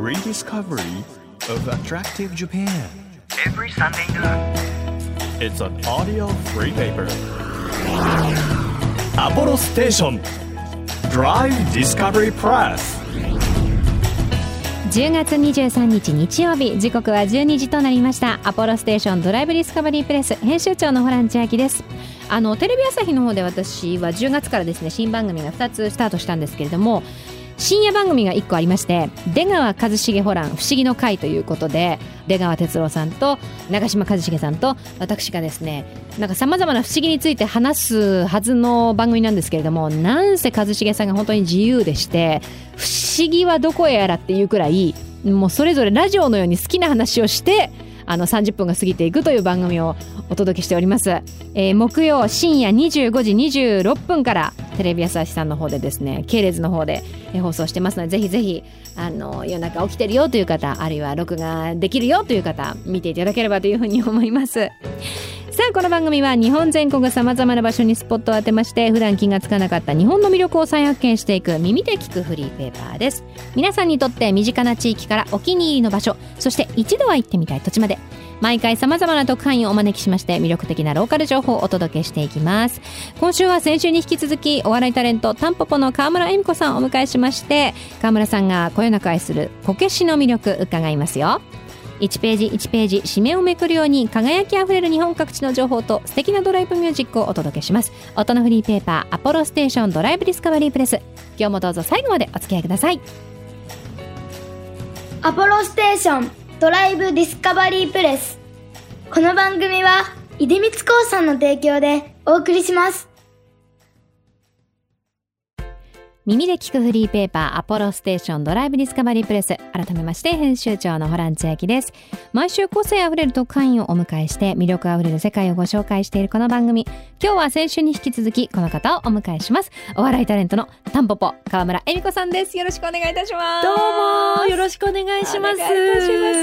Rediscovery of Attractive Japan. every Sunday noon. It's an audio free paper. Apollo Station. Drive Discovery Press. 10月23日日曜日時刻は12時となりましたアポロステーションドライブディスカバリープレス編集長のホラン千秋ですあのテレビ朝日の方で私は10月からですね新番組が2つスタートしたんですけれども深夜番組が1個ありまして出川一茂ホラン不思議の会ということで出川哲朗さんと長嶋一茂さんと私がですねなんかさまざまな不思議について話すはずの番組なんですけれどもなんせ一茂さんが本当に自由でして不思議はどこへやらっていうくらいもうそれぞれラジオのように好きな話をしてあの30分が過ぎていくという番組をお届けしております、えー木曜深夜25時26分からテレビ朝日さんの方でですね系列の方でえー放送してますのでぜひぜひあの夜中起きてるよという方あるいは録画できるよという方見ていただければというふうに思いますさあこの番組は日本全国さまざまな場所にスポットを当てまして普段気がつかなかった日本の魅力を再発見していく耳で聞くフリーペーパーです皆さんにとって身近な地域からお気に入りの場所そして一度は行ってみたい土地まで毎回さまざまな特派員をお招きしまして魅力的なローカル情報をお届けしていきます今週は先週に引き続きお笑いタレントタンポポの川村恵美子さんをお迎えしまして川村さんがこよなく愛するこけしの魅力伺いますよ1ページ1ページ締めをめくるように輝きあふれる日本各地の情報と素敵なドライブミュージックをお届けします音のフリーペーパー「アポロステーションドライブ・ディスカバリー・プレス」今日もどうぞ最後までお付き合いくださいアポロステーションドライブディスカバリープレスこの番組は出光興産の提供でお送りします耳で聞くフリーペーパー「アポロステーションドライブ・ディスカバリー・プレス」改めまして編集長のホラン千秋です毎週個性あふれる特派員をお迎えして魅力あふれる世界をご紹介しているこの番組今日は先週に引き続きこの方をお迎えしますお笑いタレントのタンポポ川村恵美子さんですよろしくお願いいたしますどうもよろしくお願いします。お願いいたします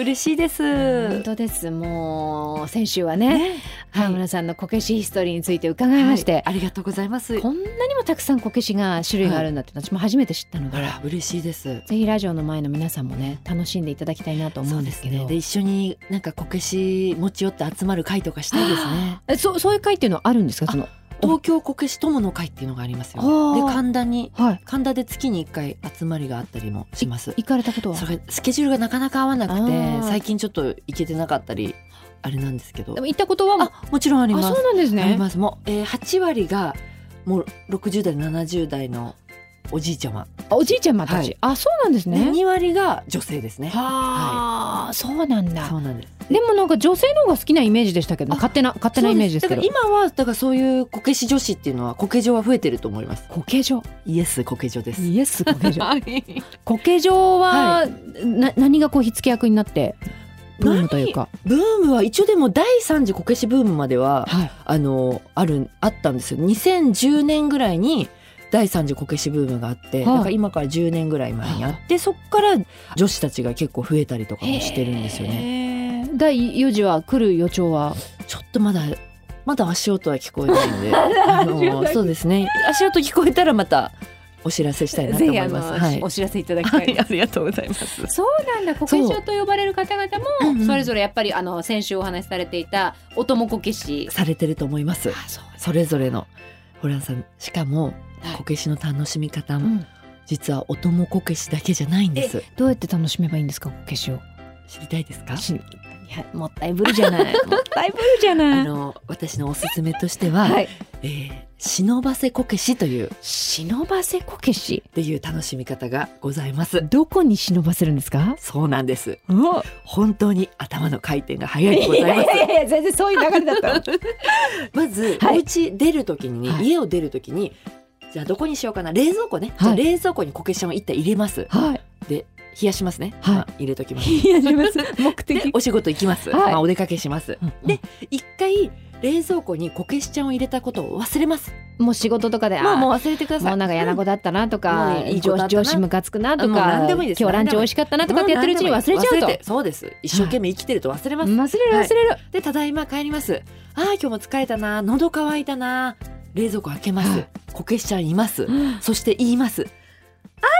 嬉しいです。本当ですもう先週はねね川村さんのこけしヒストリーについて伺いまして、はいありがとうございます。こんなにもたくさんこけしが種類があるんだって、私も初めて知ったのあでら嬉しいです。ぜひラジオの前の皆さんもね楽しんでいただきたいなと思うんですけどね。で一緒になんかこけし持ち寄って集まる会とかしたいですね。えそうそういう会っていうのはあるんですかその東京こけし友の会っていうのがありますよ。あでー神田にはい神田で月に一回集まりがあったりもします。行かれたことはそれスケジュールがなかなか合わなくあてー最近ちょっと行けてなかったりあれなんですけどでも。行ったことはもうあもちろんありあますそう。なんですありねますもう、えー、8割がもう60代70代のおじいちゃま、あおじいちゃんまたち、はいあそうなんですでね2割が女性ですねはあ、そうなんだそうなんですでもなんか女性の方が好きなイメージでしたけどあ勝手な勝手なイメージですけどそうだから今はだからそういうこけし女子っていうのはこけ女は増えてると思いますこけ女イエスこけ女ですイエスこけ 女何こけ女は、な何がこう火付け役になってブームというかブームは一応でも第3次こけしブームまでははいあのあるあったんですよ2010年ぐらいに第3次こけしブームがあって、はいなんか今から10年ぐらい前にあって、そっから女子たちが結構増えたりとかもしてるんですよねね第4次は来る予兆はちょっとまだまだ足音は聞こえな いので、あのそうですね。足音聞こえたらまたお知らせしたいなと思います。はい。知らせいただはい、ありがとうございます。 そうなんだこけそ女うと呼ばれる方々うんうもんそれぞれやっぱりあの先週お話しされていたお供こけしされてると思います。そうそれぞれのホランさん、しかもはいこけしの楽しみ方うもん実はお供こけしだけじゃないんです。どうやって楽しめばいいんですかこけ しを知りたいですか？しいやもったいぶるじゃないもったいぶるじゃ あいの私のおすすめとしては、はいえー忍ばせこけしというっ忍ばせこけしていう楽しみ方がございます。どこに忍ばせるんですかそうなんです。うわ本当に頭の回転が早いでございます。やいや全然そういう流れだったまず、はいお家出るときに、はい家を出るときに、じゃあどこにしようかな。冷蔵庫ね。じゃあはい冷蔵庫にこけしゃんを一体入れます。はいで、冷やしますね。はいまあ入れときま す。いや自分目 で的、お仕事行きます。はいまあ、お出かけします。でで、一回、冷蔵庫にこけしちゃんを入れたことを忘れます。もう仕事とかでもう、あもう忘れてください。もうなんか嫌なこ子だったなとか、うんもういい子上司だったな上司ムカつくなともうか何でもいいです今日ランチ美味しかったなとかってやってるうちに忘れちゃうとそうです。一生懸命生きてると忘れます。忘れるはい忘れる、で、ただいま帰ります。ああ、今日も疲れたな。喉乾いたな。冷蔵庫開けます。こけしちゃんいます。そして言います。あらーこんな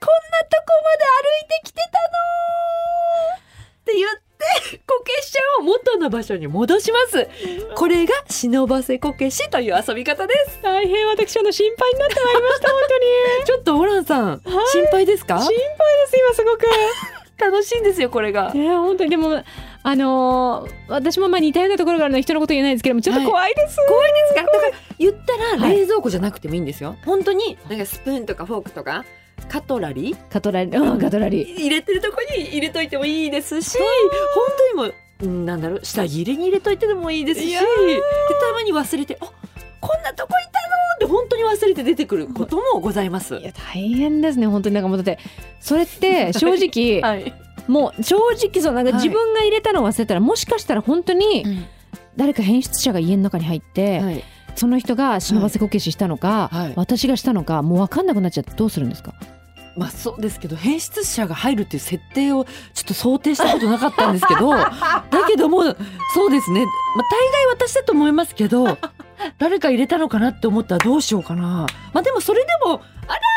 とこまで歩ていきてたのって言ってこけしちゃんを元の場所に戻しますこれが忍ばせこけしという遊び方です大変私あの心配になってまいりました本当に ちょっとオランさん、はい心配ですか心配です今すごく楽しいんですよこれが ね本当にでもあのー私もまあ似たようなところがあるので人のこと言えないですけどもちょっと怖いです、怖いですかだから言ったらはい冷蔵庫じゃなくてもいいんですよ、本当になんかスプーンとかフォークとかカトラリーカトラリーうんカトラリー入れてるとこに入れといてもいいですし本当にもううんなんだろう下着入れに入れといてでもいいですしいでやたーまに忘れてあこんなとこいたのって本当に忘れて出てくることもございますい。や大変ですね本当になんかもうだってそれ って正直、はい、もう正直そうなんかはい自分が入れたのを忘れたら、もしかしたら本当に誰か変質者が家の中に入って、はい、その人が忍ばせこけししたのか、はいはい私がしたのかもう分かんなくなっちゃってどうするんですかまあそうですけど変質者が入るっていう設定をちょっと想定したことなかったんですけ どだけどもそうですね、まあ、大概私だと思いますけど誰か入れたのかなって思ったらどうしようかなまあでもそれでも「あらーこんなとこ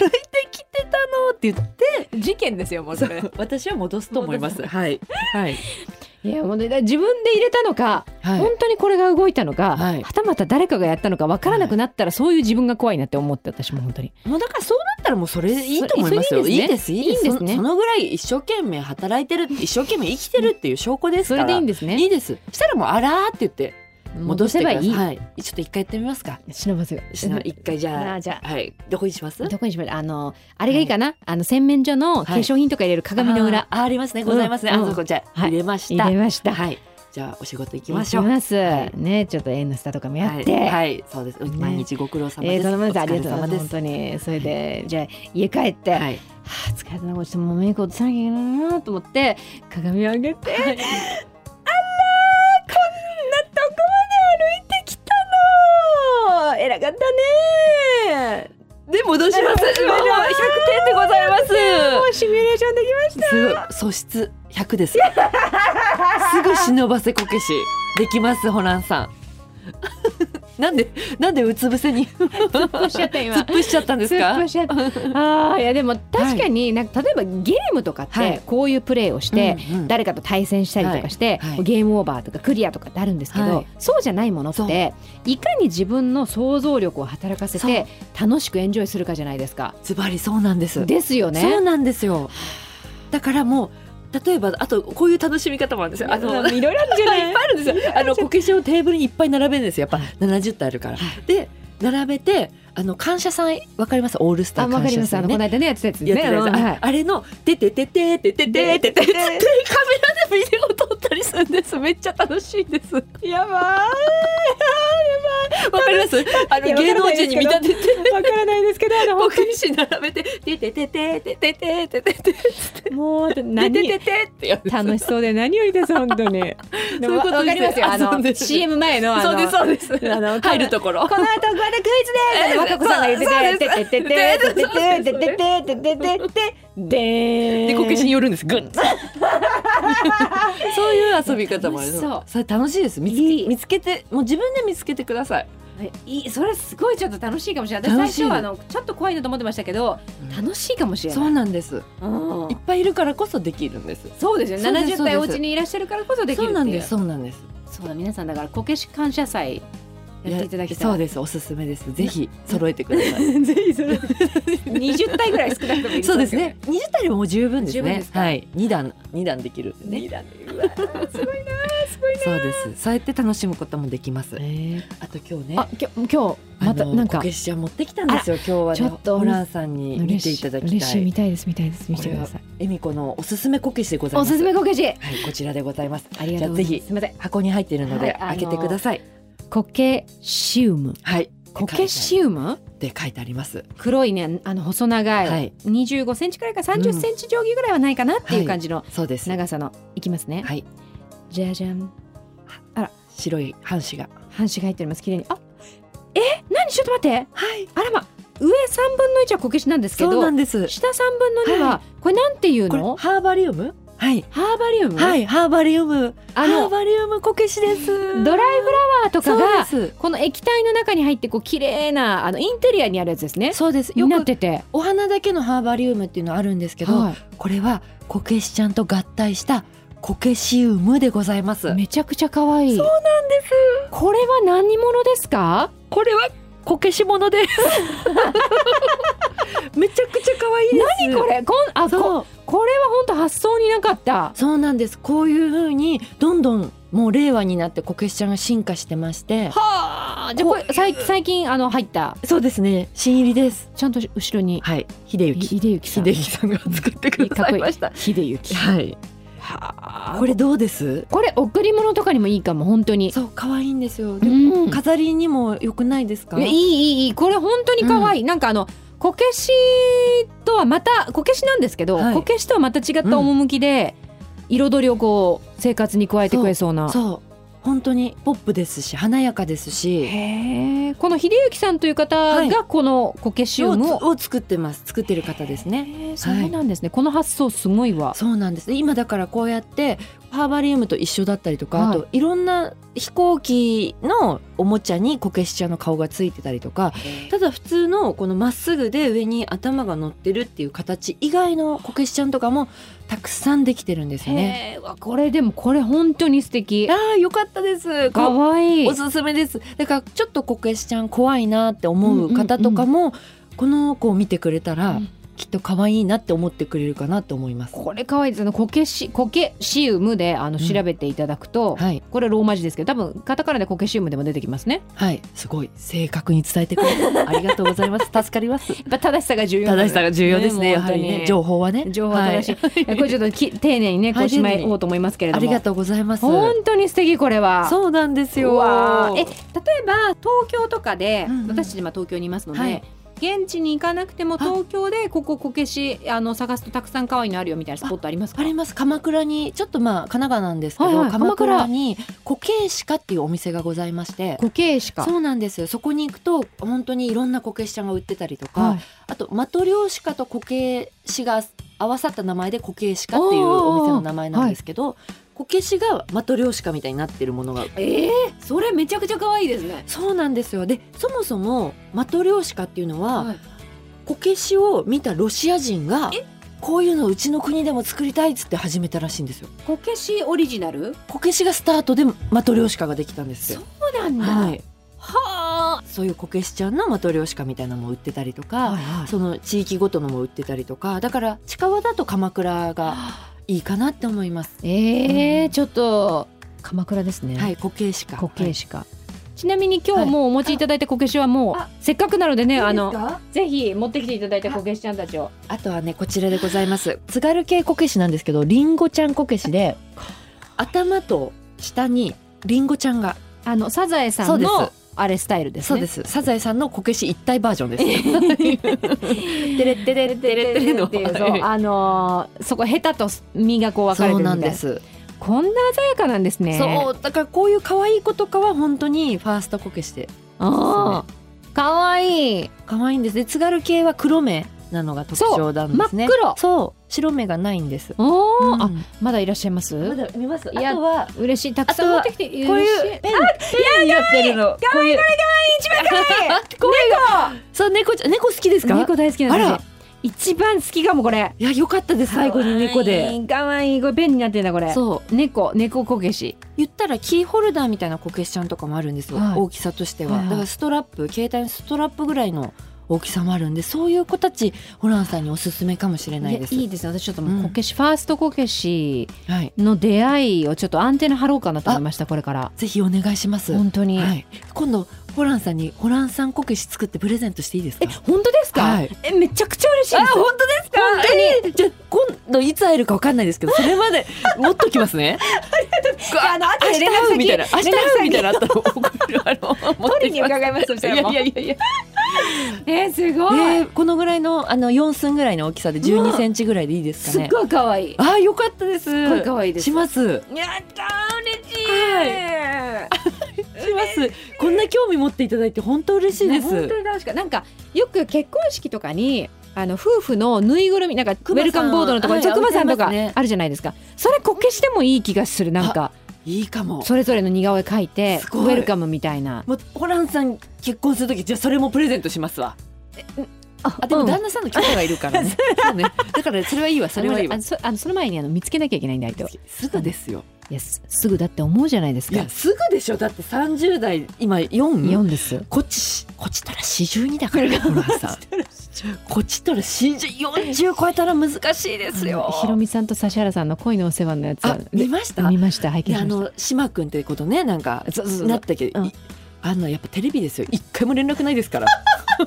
まで歩いてきてたの」って言って 事件ですよもうそれ私は戻すと思います。はい、はい、 いやもうねだから自分で入れたのか、はい本当にこれが動いたのか、はいはたまた誰かがやったのか分からなくなったら、そういう自分が怖いなって思って私も本当にもうだからそうなったらもうそれでいいと思いますよ。それいいいいでですすいねいですいいんですねそのそのぐらい一生懸命働いてる一生懸命生きてるっていう証拠ですそから。れでいいんですいねいです。したらもうあらーって言って戻戻してせくだばさいいはい。ちょっと一回やってみますか。忍ばせがしな 一回じゃなああじゃあはいどこにします？どこにしましょうあのあれがいいかな、あの洗面所の化粧品とか入れる鏡の裏、あーありますねございますね。うんあそこじゃあはい入れました。入れましたはい。じゃあお仕事行ききましょう。ます、はいねちょっと縁のスタとかもやはっいて、はいそうです。ね毎日ご苦労様えー、です。頼みますありがとうございますお本疲れ様で当にそれでじゃあ家帰って、すははい。あ疲れたなこれちょっともうメイク落とさなきゃいけないなと思って鏡を上げて、あらーこんなとこまで歩いてきたの偉かったねで戻します。戻しまもすう100点でございます。シミュレーションできますごい素質100です。 すぐ忍ばせこけしできますホランさん。 なんでなんでうつ伏せに突っしちゃった今突っ伏しちゃったんですか突っ。走ってああいやでも確かになんか例えばゲームとかっはていこういうプレーをしてうんうん誰かと対戦したりとかしてはいはいもうゲームオーバーとかクリアとかってあるんですけど、はいそうじゃないものっそうていかに自分の想像力を働かせそて楽しくエンジョイするかじゃないですか。ズバリそうなんです。ですよそうね。なんですよ。だからもう例えばあとこういう楽しみ方もあるんですよ。あの いろいろあるんじゃいっぱいあるんですよ。あのこけしをテーブルにいっぱい並べるんですよ。やっぱ七十体あるから。で並べてあの感謝祭わかりますオールスタあーわか感り謝ます。あのこ祭ねの。間ねやってたやつでやっすね。てたやつあのはいあれの「ててててててててててて」カメラでビデオ撮ったりするんですめっちゃ楽しいですやばわかりますあの芸能人に見立てていわからないですけどあのボクシー並べて「ててててててててててもうて何てて」ってやる楽しそうで何よりです本当に。でもそういうことですわかりますよ。あそうのです CM 前のあのそうですそうですあの入るところこの後またクイズでえす。ー和歌子さんが言っててそうてててててててててててててでーん。でこけしに寄るんですグッそういう遊び方もある楽しそうそれ楽しいです見ついけい見つけてもう自分で見つけてくださいいいそれすごいちょっと楽しいかもしれない。楽し私い最初はあのちょっと怖いなと思ってましたけどうん楽しいかもしれそなうい。なんですうんいっぱいいるからこそできるんですそうですよ。そうです70体そおうです家にいらっしゃるからこそできるそうっなんていでう。すそうなんですそうだ皆さんだからこけし感謝祭やっていただきやそたうい。ですおすすめですぜひ揃えてくださいぜひそれ20体ぐ らい少なくともいるそうですね二十体でももう十分ですね十分ですかはい二段二段できるんでねそうですそうやって楽しむこともできますあと今日ねあ、きょ今日またあのなんかこけしちゃん持ってきたんですよ今日はちょねっとホランさんに見ていただき嬉たしい見いたいです見たいです見てください。恵美子のおすすめこけしでございおますすすめこけし。はいこちらでございますありがとうございます。じゃあぜひすみません。箱に入っているのはでいあの開けてくださいコケシウム。はいコケシウム？って書いてあります黒いねあの細は長いい25センチくらいか30センチ定規ぐらいはないかなっていう感じのそうです長さのいきますね。はいじゃじゃん。白い半紙が半紙が入っております。綺麗に。あ、え、何ちょっと待って。はいあらま、上3分の1はこけしなんですけそうなどん、です下3分の2はこれなんていうこれの？ハーバリウムはいハーバリウム、はいハーバリウムあのハーバリウムこけしですドライフラワーとかがそうですこの液体の中に入ってこう綺麗なあのインテリアにあるやつですね。そうですによなっくてて、お花だけのハーバリウムっていうのあるんですけど、はこれはこけしちゃんと合体したこけしウムでございますい、めちゃくちゃ可愛い。そうなんです。これは何者ですか？これはこけしもの ですめちゃくちゃ可愛いです何これ？こんあこそうこれは本当発想になかった。そうなんですこういう風にどんどんもう令和になってこけしちゃんが進化してましてはあ。じゃあこれ最最近あの入ったそうですね新入りですちゃんと後ろにはい秀幸秀幸さん。秀幸さんが作ってくださいました秀幸。はいはあ。これどうですこれ贈り物とかにもいいかも本当に。そう可愛いんですようでん。飾りにも良くないですかいやいいいいいいこれ本当に可愛い、なんかあのこけしとはまたこけしなんですけど、はいこけしとはまた違った趣で、彩りをこう生活に加えてくれそうなそう本当にポップですし華やかですしへえこの秀幸さんという方はいがこのこけしをの、をを作ってます作ってる方ですねへえそうなんですね、この発想すごいわそうなんですで今だからこうやってハーバリウムと一緒だったりとか、はいあといろんな飛行機のおもちゃにこけしちゃんの顔がついてたりとかただ普通のこのまっすぐで上に頭が乗ってるっていう形以外のこけしちゃんとかもたくさんできてるんですね。へえわこれでもこれ本当に素敵あーよかったです可愛いおすすめですだからちょっとこけしちゃん怖いなって思う方とかも、この子を見てくれたら、うんきっと可愛いなって思ってくれるかなと思いますこれ可愛いですあのこけしこけしウムであのうん調べていただくと、はいこれローマ字ですけど多分カタカナでこけしウムでも出てきますねはいすごい正確に伝えてくれてありがとうござ います助かりますやっぱ正しさが重要なの正しさが重要ですねもう本やは当りにね情報はね情報は正しい、い やこれちょっとき丁寧にねこはういしまいおうと思いますけれどあもりがとうございます本当に素敵これはそうなんですうよわーえ例えば東京とかで、うんうん私たち今東京にいますので、はい現地に行かなくても東京でこここけしあの探すとたくさん可愛いのあるよみたいなスポットありますかあります鎌倉にちょっとまあ神奈川なんですけど、はいはい鎌鎌倉倉にこけしかっていうお店がございましてこけしかそうなんですよそこに行くと本当にいろんなこけしちゃんが売ってたりとか、はいあとマトリョーシカとこけしが合わさった名前でこけしかっていうおーお店の名前なんですけど、こけしがマトリョーシカみたいになってるものがええそれめちゃくちゃ可愛いですねそうなんですよでそもそもマトリョーシカっていうのは、はいこけしを見たロシア人がこういうのうちの国でも作りたいっつって始めたらしいんですよこけしオリジナルこけしがスタートでマトリョーシカができたんですよそうなんだ、はいはあそういうこけしちゃんのマトリョーシカみたいなのも売ってたりとか、その地域ごとのも売ってたりとかだから近場だと鎌倉がいいかなって思います。ええちょっと鎌倉ですねはい、固形しか。こけしか、ちなみに今日もうお持ちいただいたこけしはもあうせっかくなのでねはあいいいですのかぜひ持ってきていただいたこけしちゃんたちをあとはねこちらでございます。津軽系こけしなんですけど、りんごちゃんこけしで頭と下にりんごちゃんがあのサザエさそんうですのあれスタイルですそうねですす。サザエさんのこけし一体バージョンです。テレッテレッテレッテレの。っていうそうあのーそこヘタと身がこう分かれそてるみうなたいんです。こんな鮮やかなんですねそうだからこういう可愛い子とかは本当にファーストこけしであーかわいい可愛いんですね津軽系は黒目なのが特徴なんですそう真ねっ黒そう白目がないんですおー、うんあまだいらっしゃいますまだ見ますあいやとは嬉しいたくさん持ってきてこういうペンペンやってるのこういうこういうそう猫ちゃん猫好きですか猫大好きなんあですらよ一番好きかもこれいや良かったです最後に猫でかわいいこれペンになってんだこれそう猫猫こけし言ったらキーホルダーみたいなこけしちゃんとかもあるんですよ、はい大きさとしては、はいはいだからストラップ携帯のストラップぐらいの大きさもあるんでそういう子たちホランさんにおすすめかもしれないですいやいいですね私ちょっともううんこけし、ファーストこけしはいの出会いをちょっとアンテナ張ろうかなと思いましたこれからぜひお願いします本当に、はい、今度ホランさんにホランさんこけし作ってプレゼントしていいですかえ本当ですか、はいえめちゃくちゃ嬉しいです当ですか本当に、じゃあ今度いつ会えるかわかんないですけどそれまで持っときますねあの後 明で日連会うみたいな絡明先日会うみたいなあったら送るあの持っ取てりきにます伺いますそしたいらもやういやいやいや、 えーすごい、えーこのぐらいのあの4寸ぐらいの大きさで1 2センチぐらいでいいですすかっねごい可愛いああよかったですすっごい可愛いですしますやったー嬉しい、しますこんな興味持っていただいて本当嬉しいでね本す当に楽しかったなんかよく結婚式とかにあの夫婦のぬいぐるみなんかウ熊ェさんルカムボードのところにはいそう熊さんとか置いてますねあるじゃないですかそれこけしてもいい気がするなんかいいかもそれぞれの似顔絵描いてすウごいェルカムみたいなもうホランさん結婚するときじゃあそれもプレゼントしますわあでうもん旦那さんの許可がいる からねそうねだからそれはいいわそれはいいあわのそあのその前にあの見つけなきゃいけないんだ相手をいすぐですよやすすぐだって思うじゃないですいかやすぐでしょだって30代今4 4ですこっちこっちたら42だ からホランさんこっちたら4040超えたら難しいですあよのひろみさんと指原さんの恋のお世話のやつあ見ました見ました拝見でしあましたの島君ってことねなんかそうそうそうなったけど、うんいあのやっぱテレビですよ一回も連絡ないですから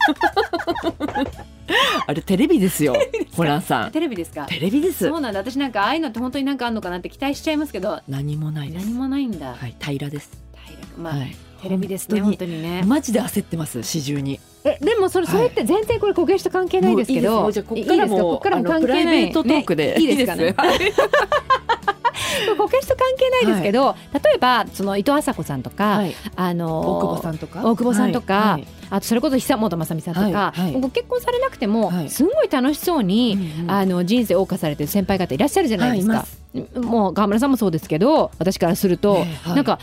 あれテレビですよホランさんテレビですかテレビですそうなんだ私なんかああいうのって本当になんかあんのかなって期待しちゃいますけど何もないです何もないんだ、はい平らです、体力まあ、はいテレビですね本本当当ににねマジで焦ってます四十にえでもそれはいそれって全然これこけしと関係ないですけもどういいですもうじゃあこっからもいいですかこっからも関係ないあのプライベートトークねで、いいですかねいいですこけしと関係ないですけど、例えばその伊藤麻子さんとか、はいあの大久保さんとか大久保さんとかはいはいあとそれこそ久本雅美さんとか、はいはいご結婚されなくても、はいすんごい楽しそうに、うんうんあの人生を謳歌されてる先輩方いらっしゃるじゃないですはいいかま。もう川村さんもそうですけど私からすると、ねはいなんか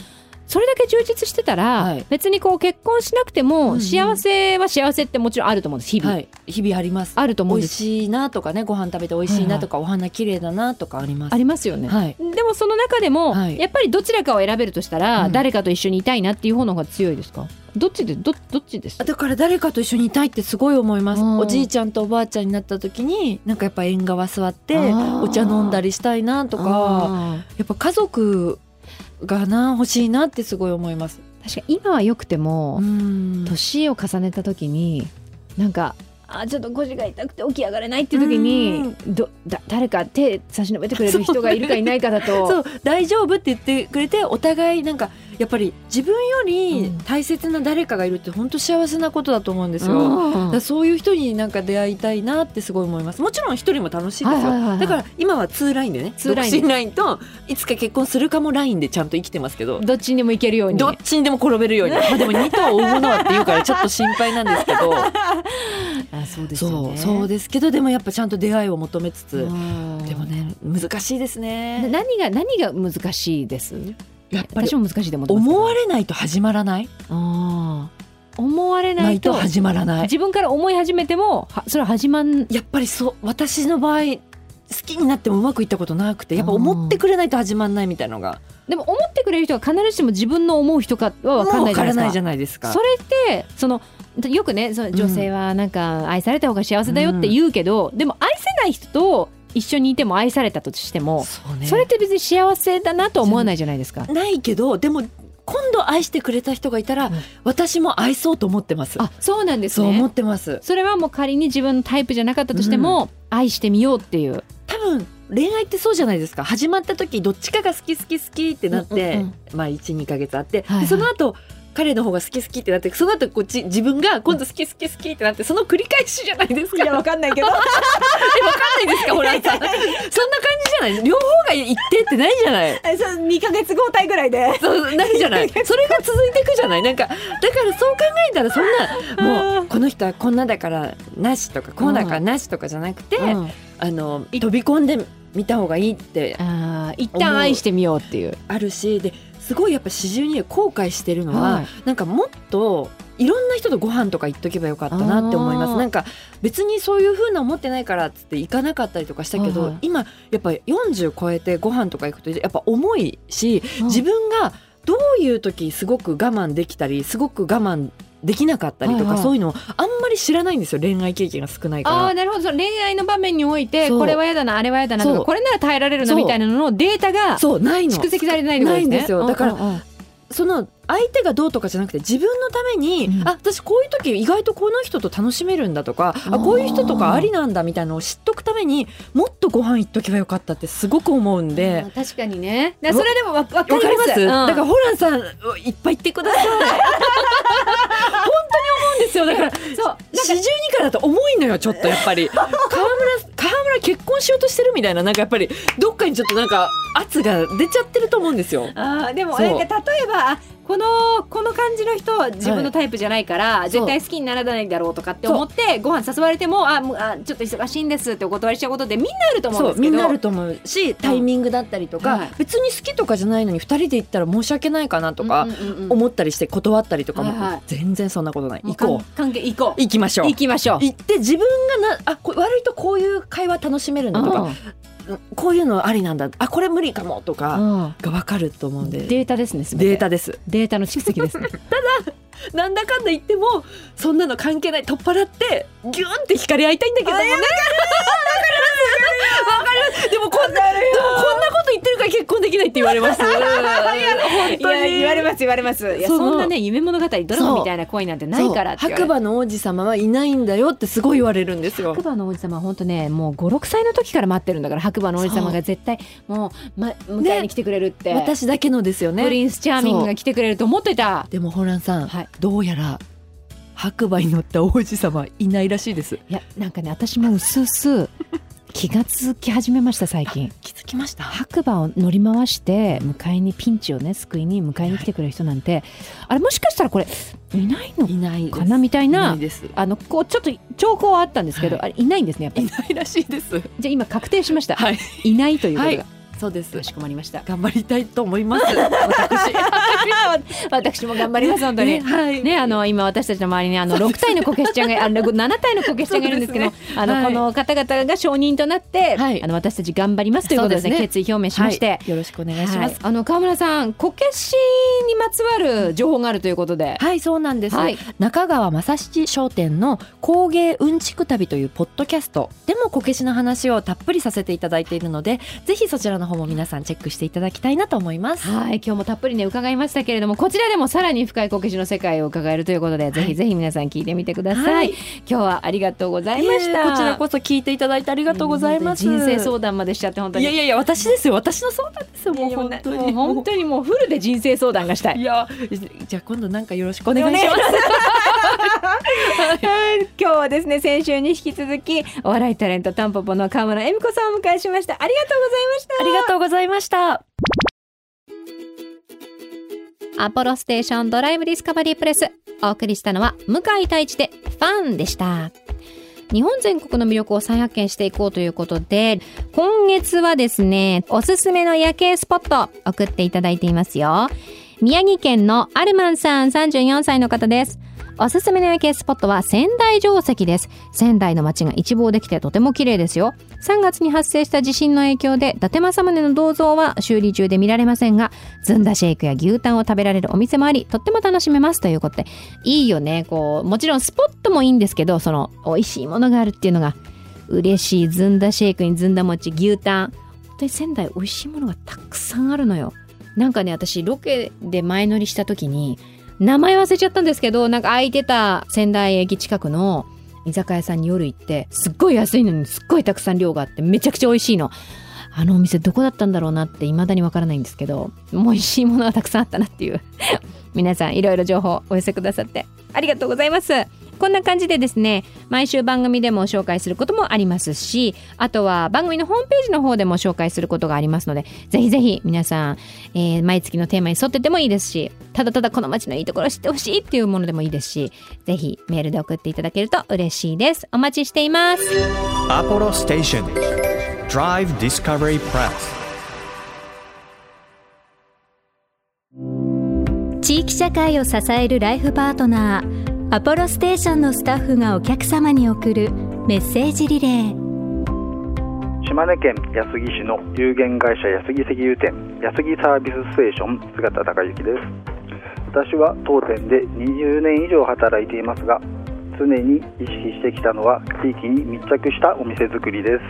それだけ充実してたら、はい別にこう結婚しなくてうんうもん幸せは幸せってもちろんあると思うんです日々、はい日々ありますあると思美うんで味すしいなとかねご飯食べて美味しいなとか、お花綺麗だなとかありますありますよね、はいでもその中でも、はいやっぱりどちらかを選べるとしたら、うん誰かと一緒にいたいなっていう方の方が強いですかどっちでどどっちですあだから誰かと一緒にいたいってすごい思います、うんおじいちゃんとおばあちゃんになった時になんかやっぱ縁側座ってあーお茶飲んだりしたいなとかあやっぱ家族がな欲しいなってすごい思いますー確かに今は良くても、うん年を重ねた時になんかあちょっと腰が痛くて起き上がれないっていう時にどだ誰か手差し伸べてくれる人がいるかいないか だそとう大丈夫って言ってくれてお互いなんかやっぱり自分より大切な誰かがいるって本当幸せなことだと思うんですよ、だからそういう人になんか出会いたいなってすごい思いますもちろん一人も楽しいですよ、はいはいはいはいだから今は2ラインでねツーラインで独身ラインといつか結婚するかもラインでちゃんと生きてますけどどっちにもいけるようにどっちにでも転べ るように、まあ、でも2頭を追うものはっていうからちょっと心配なんですけどあそうですよそうねそうですけどでもやっぱちゃんと出会いを求めつうつ、んでもね難しいですなね何が何が難しいですやっぱり私も難しいと思ってますけど思われないと始まらないあー思われなないいとと始まらない自分から思い始めてもはそれは始まんやっぱりそう私の場合好きになってもうまくいったことなくてやっぱ思ってくれないと始まんないみたいなのがでも思ってくれる人が必ずしも自分の思う人かは分かんもなう分いじゃかないでらすかないじゃないですかそれってそのよくねその女性はなんか愛された方が幸せだよって言うけど、でも愛せない人と一緒にいても愛されたとしても、そうねそれって別に幸せだなとは思わないじゃないですか。ないけどでも今度愛してくれた人がいたら、うん私も愛そうと思ってますあそうなんですそう思ねっ。てますそれはもう仮に自分のタイプじゃなかったとしても、愛してみようっていう。多分恋愛ってそうじゃないですか始まった時どっちかが好き好き好きってなって、うんうんまあ12ヶ月あって、はいはいでその後彼の方が好き好きってなってその後こっち自分が今度好き好き好きってなってその繰り返しじゃないですか。いやわかんないけ どえわかんないですか、ホランさん。そんな感じじゃない両方が一定ってないじゃないえそう二ヶ月後退ぐらいでそうなるじゃないそれが続いていくじゃないなんか、だからそう考えたらそんな、もう、この人はこんなだからなしとか、こうだからなしとかじゃなくて、うんあの、飛び込んでみた方がいいってあー一旦愛してみようっていう。あるし、で、すごいやっぱ四十二で後悔してるのは、はいなんかもっと、いろんな人とご飯とか行っとけばよかったなって思いまあすーなんか別にそういうふうな思ってないからっつって行かなかったりとかしたけど、はいはい今やっぱ40超えてご飯とか行くとやっぱ重いしうん自分がどういう時すごく我慢できたりすごく我慢できなかったりとはか、いはいそういうのをあんまり知らないんですよ恋愛経験が少ないから。ああなるほどその恋愛の場面においてそうこれはやだなあれはやだなとそかうこれなら耐えられるなみたいなののデータがそうないの蓄積されてないってことですね。ないんですよだからうんうんうんその相手がどうとかじゃなくて自分のために、うんあ私こういう時意外とこの人と楽しめるんだとかああーこういう人とかありなんだみたいなのを知っとくためにもっとご飯行っとけばよかったってすごく思うんであ。確かにねだからそれでもわわかわかりりま、ますすうんだからホランさんいっぱい行ってくだ さい本当に思うんですよだからそう四十二からだと重いのよちょっとやっぱり川村川村結婚しようとしてるみたいななんかやっぱりどっかにちょっとなんか圧が出ちゃってると思うんですよあーでもそうなんか例えばあこのこの感じの人は自分のタイプじゃないから、い絶対好きにならないだろうとかって思ってご飯誘われてもあもうあちょっと忙しいんですってお断りしちゃうことってみんなあると思うんそですけうみんどなあると思うしタイミングだったりとか、はい別に好きとかじゃないのに2人で行ったら申し訳ないかなとかうんうんうんうん思ったりして断ったりとかも、はいはい全然そんなことないもう行かんこう関係行こう行きましょう行きましょう行って自分がなあこ悪いとこういう会話楽しめるんだとか、こういうのありなんだあこれ無理かもとうかんうんが分かると思うんでデータですね全てデータですデータの蓄積 ですねなんだかんだ言ってもそんなの関係ない取っ払ってギュンって惹かれ合いたいんだけどもねわかるわかるでもこんなでもこんなこと言ってるから結婚できないって言われます本いや言われます言われますいやそそうんなね夢物語ドラマみたいな恋なんてないからってそう言わ白れる馬の王子様はいないんだよってすごい言われるんです よ白馬の王子様は本当ねもう56歳の時から待ってるんだから白馬の王子様が絶対もう、ま、迎えに来てくれるって、私だけのですよプリねンスチャーミングが来てくれると思ってたでもホランさん、はいどうやら白馬に乗った王子様はいないらしいですいやなんかね私もうすうす 気がつき始めました最近気づきました白馬を乗り回して迎えにピンチをね救いに迎えに来てくれる人なんて、あれもしかしたらこれいないのいないですかなみたいいなないですあのこうちょっと兆候はあったんですけど、はあれいないんですねやっぱいりないらしいですじゃあ今確定しました、はいい、ないということが、はそうですかしこまりました 頑張りたいと思い ます。私。私も頑張ります本当に、ねはい。ね、あの今私たちの周りにあの6体のこけしちゃんがあの7体のこけしちゃんがいるんですけどそうあの、はいこの方々が承認となって、はいあの私たち頑張りますということですねそうです決意表明しまして、はいよろしくお願いしはまいす。あの川村さんこけしにまつわる情報があるということで、はい、そうなんです。はい中川正七商店の工芸うんちく旅というポッドキャストでもこけしの話をたっぷりさせていただいているので、ぜひそちらの方も皆さんチェックしていただきたいなと思います。はい今日もたっぷりね伺いましたけれどもこちらでもさらに深いこけしの世界を伺えるということで、ぜひぜひ皆さん聞いてみてください、はい今日はありがとうございました、えーこちらこそ聞いていただいてありがとうございます。人生相談までしちゃって本当にいやいやいや、私ですよ。私の相談ですよ。もう本当もうに。本当にもうフルで人生相談がしたいいや、じゃあ今度なんかよろしくお願いします。 今日はですね先週に引き続きお笑いタレントタンポポの川村恵美子さんをお迎えしましたありがとうございましたありがとうございました。アポロステーションドライブディスカバリープレスお送りしたのは向井太一でファンでした日本全国の魅力を再発見していこうということで今月はですねおすすめの夜景スポット送っていただいていますよ宮城県のアルマンさん34歳の方ですおすすめの夜景スポットは仙台城跡です仙台の街が一望できてとても綺麗ですよ3月に発生した地震の影響で伊達政宗の銅像は修理中で見られませんがずんだシェイクや牛タンを食べられるお店もありとっても楽しめますということでいいよねこうもちろんスポットもいいんですけどその美味しいものがあるっていうのが嬉しいずんだシェイクにずんだ餅牛タン本当に仙台美味しいものがたくさんあるのよなんかね私ロケで前乗りした時に名前忘れちゃったんですけどなんか空いてた仙台駅近くの居酒屋さんに夜行ってすっごい安いのにすっごいたくさん量があってめちゃくちゃ美味しいのあのお店どこだったんだろうなって未だにわからないんですけどもう美味しいものがたくさんあったなっていう 皆さんいろいろ情報お寄せくださってありがとうございますこんな感じでですね毎週番組でも紹介することもありますしあとは番組のホームページの方でも紹介することがありますのでぜひぜひ皆さん、えー毎月のテーマに沿っててもいいですしただただこの街のいいところを知ってほしいっていうものでもいいですしぜひメールで送っていただけると嬉しいですお待ちしています Apollo Station. Drive Discovery Press. 地域社会を支えるライフパートナーアポロステーションのスタッフがお客様に送るメッセージリレー島根県安来市の有限会社安来石油店安来サービスステーション姿隆之です私は当店で20年以上働いていますが常に意識してきたのは地域に密着したお店作りです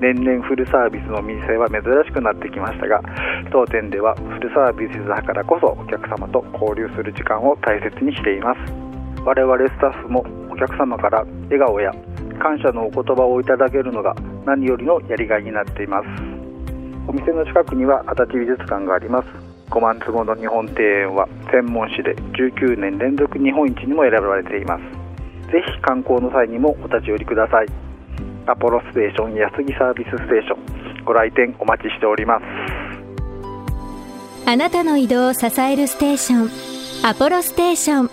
年々フルサービスのお店は珍しくなってきましたが当店ではフルサービスだからこそお客様と交流する時間を大切にしています我々スタッフもお客様から笑顔や感謝のお言葉をいただけるのが何よりのやりがいになっていますお店の近くには足立美術館があります5万坪の日本庭園は専門誌で19年連続日本一にも選ばれていますぜひ観光の際にもお立ち寄りくださいアポロステーション安木サービスステーションご来店お待ちしておりますあなたの移動を支えるステーションアポロステーション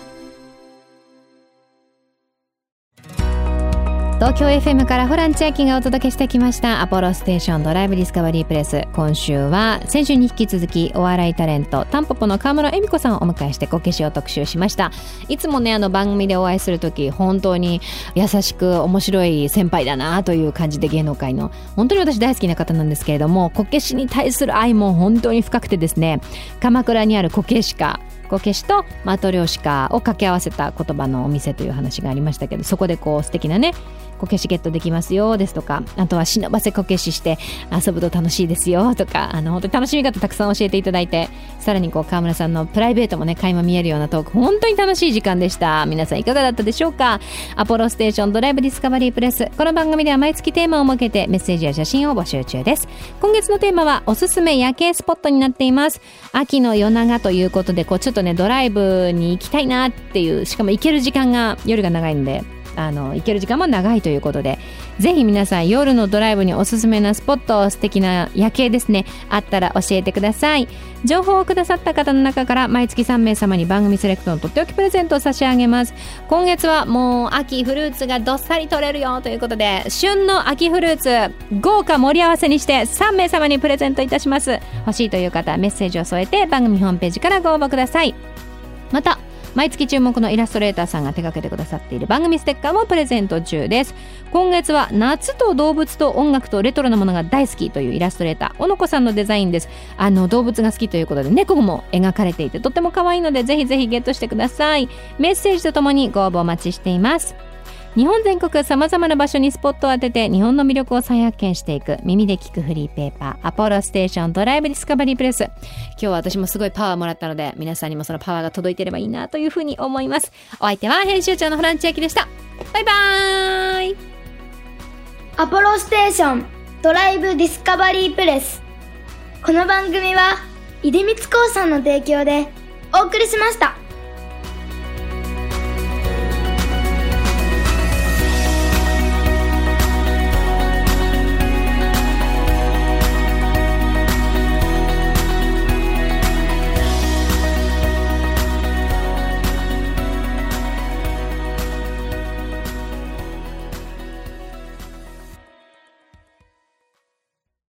東京 FM からホラン千秋がお届けしてきました「アポロステーションドライブ・ディスカバリー・プレス」今週は先週に引き続きお笑いタレントタンポポの川村恵美子さんをお迎えしてこけしを特集しましたいつもねあの番組でお会いする時本当に優しく面白い先輩だなという感じで芸能界の本当に私大好きな方なんですけれどもこけしに対する愛も本当に深くてですね鎌倉にあるこけしかこけしとマトリョーシカを掛け合わせた言葉のお店という話がありましたけどそこでこう素敵なねこけしゲットできますよですとかあとは忍ばせこけしして遊ぶと楽しいですよとかあの本当に楽しみ方たくさん教えていただいてさらにこう川村さんのプライベートもね垣間見えるようなトーク本当に楽しい時間でした皆さんいかがだったでしょうかアポロステーションドライブディスカバリープレスこの番組では毎月テーマを設けてメッセージや写真を募集中です今月のテーマはおすすめ夜景スポットになっています秋の夜長ということでこうちょっとねドライブに行きたいなっていうしかも行ける時間が夜が長いのであの行ける時間も長いということでぜひ皆さん夜のドライブにおすすめなスポット素敵な夜景ですねあったら教えてください情報をくださった方の中から毎月3名様に番組セレクトのとっておきプレゼントを差し上げます今月はもう秋フルーツがどっさり取れるよということで旬の秋フルーツ豪華盛り合わせにして3名様にプレゼントいたします欲しいという方はメッセージを添えて番組ホームページからご応募くださいまた毎月注目のイラストレーターさんが手掛けてくださっている番組ステッカーもプレゼント中です今月は夏と動物と音楽とレトロなものが大好きというイラストレーター小野子さんのデザインですあの動物が好きということで猫も描かれていてとっても可愛いのでぜひぜひゲットしてくださいメッセージとともにご応募お待ちしています日本全国さまざまな場所にスポットを当てて日本の魅力を再発見していく耳で聞くフリーペーパーアポロステーションドライブディスカバリープレス今日は私もすごいパワーもらったので皆さんにもそのパワーが届いてればいいなというふうに思いますお相手は編集長のホラン千秋でしたバイバーイアポロステーションドライブディスカバリープレスこの番組は出光興産の提供でお送りしました。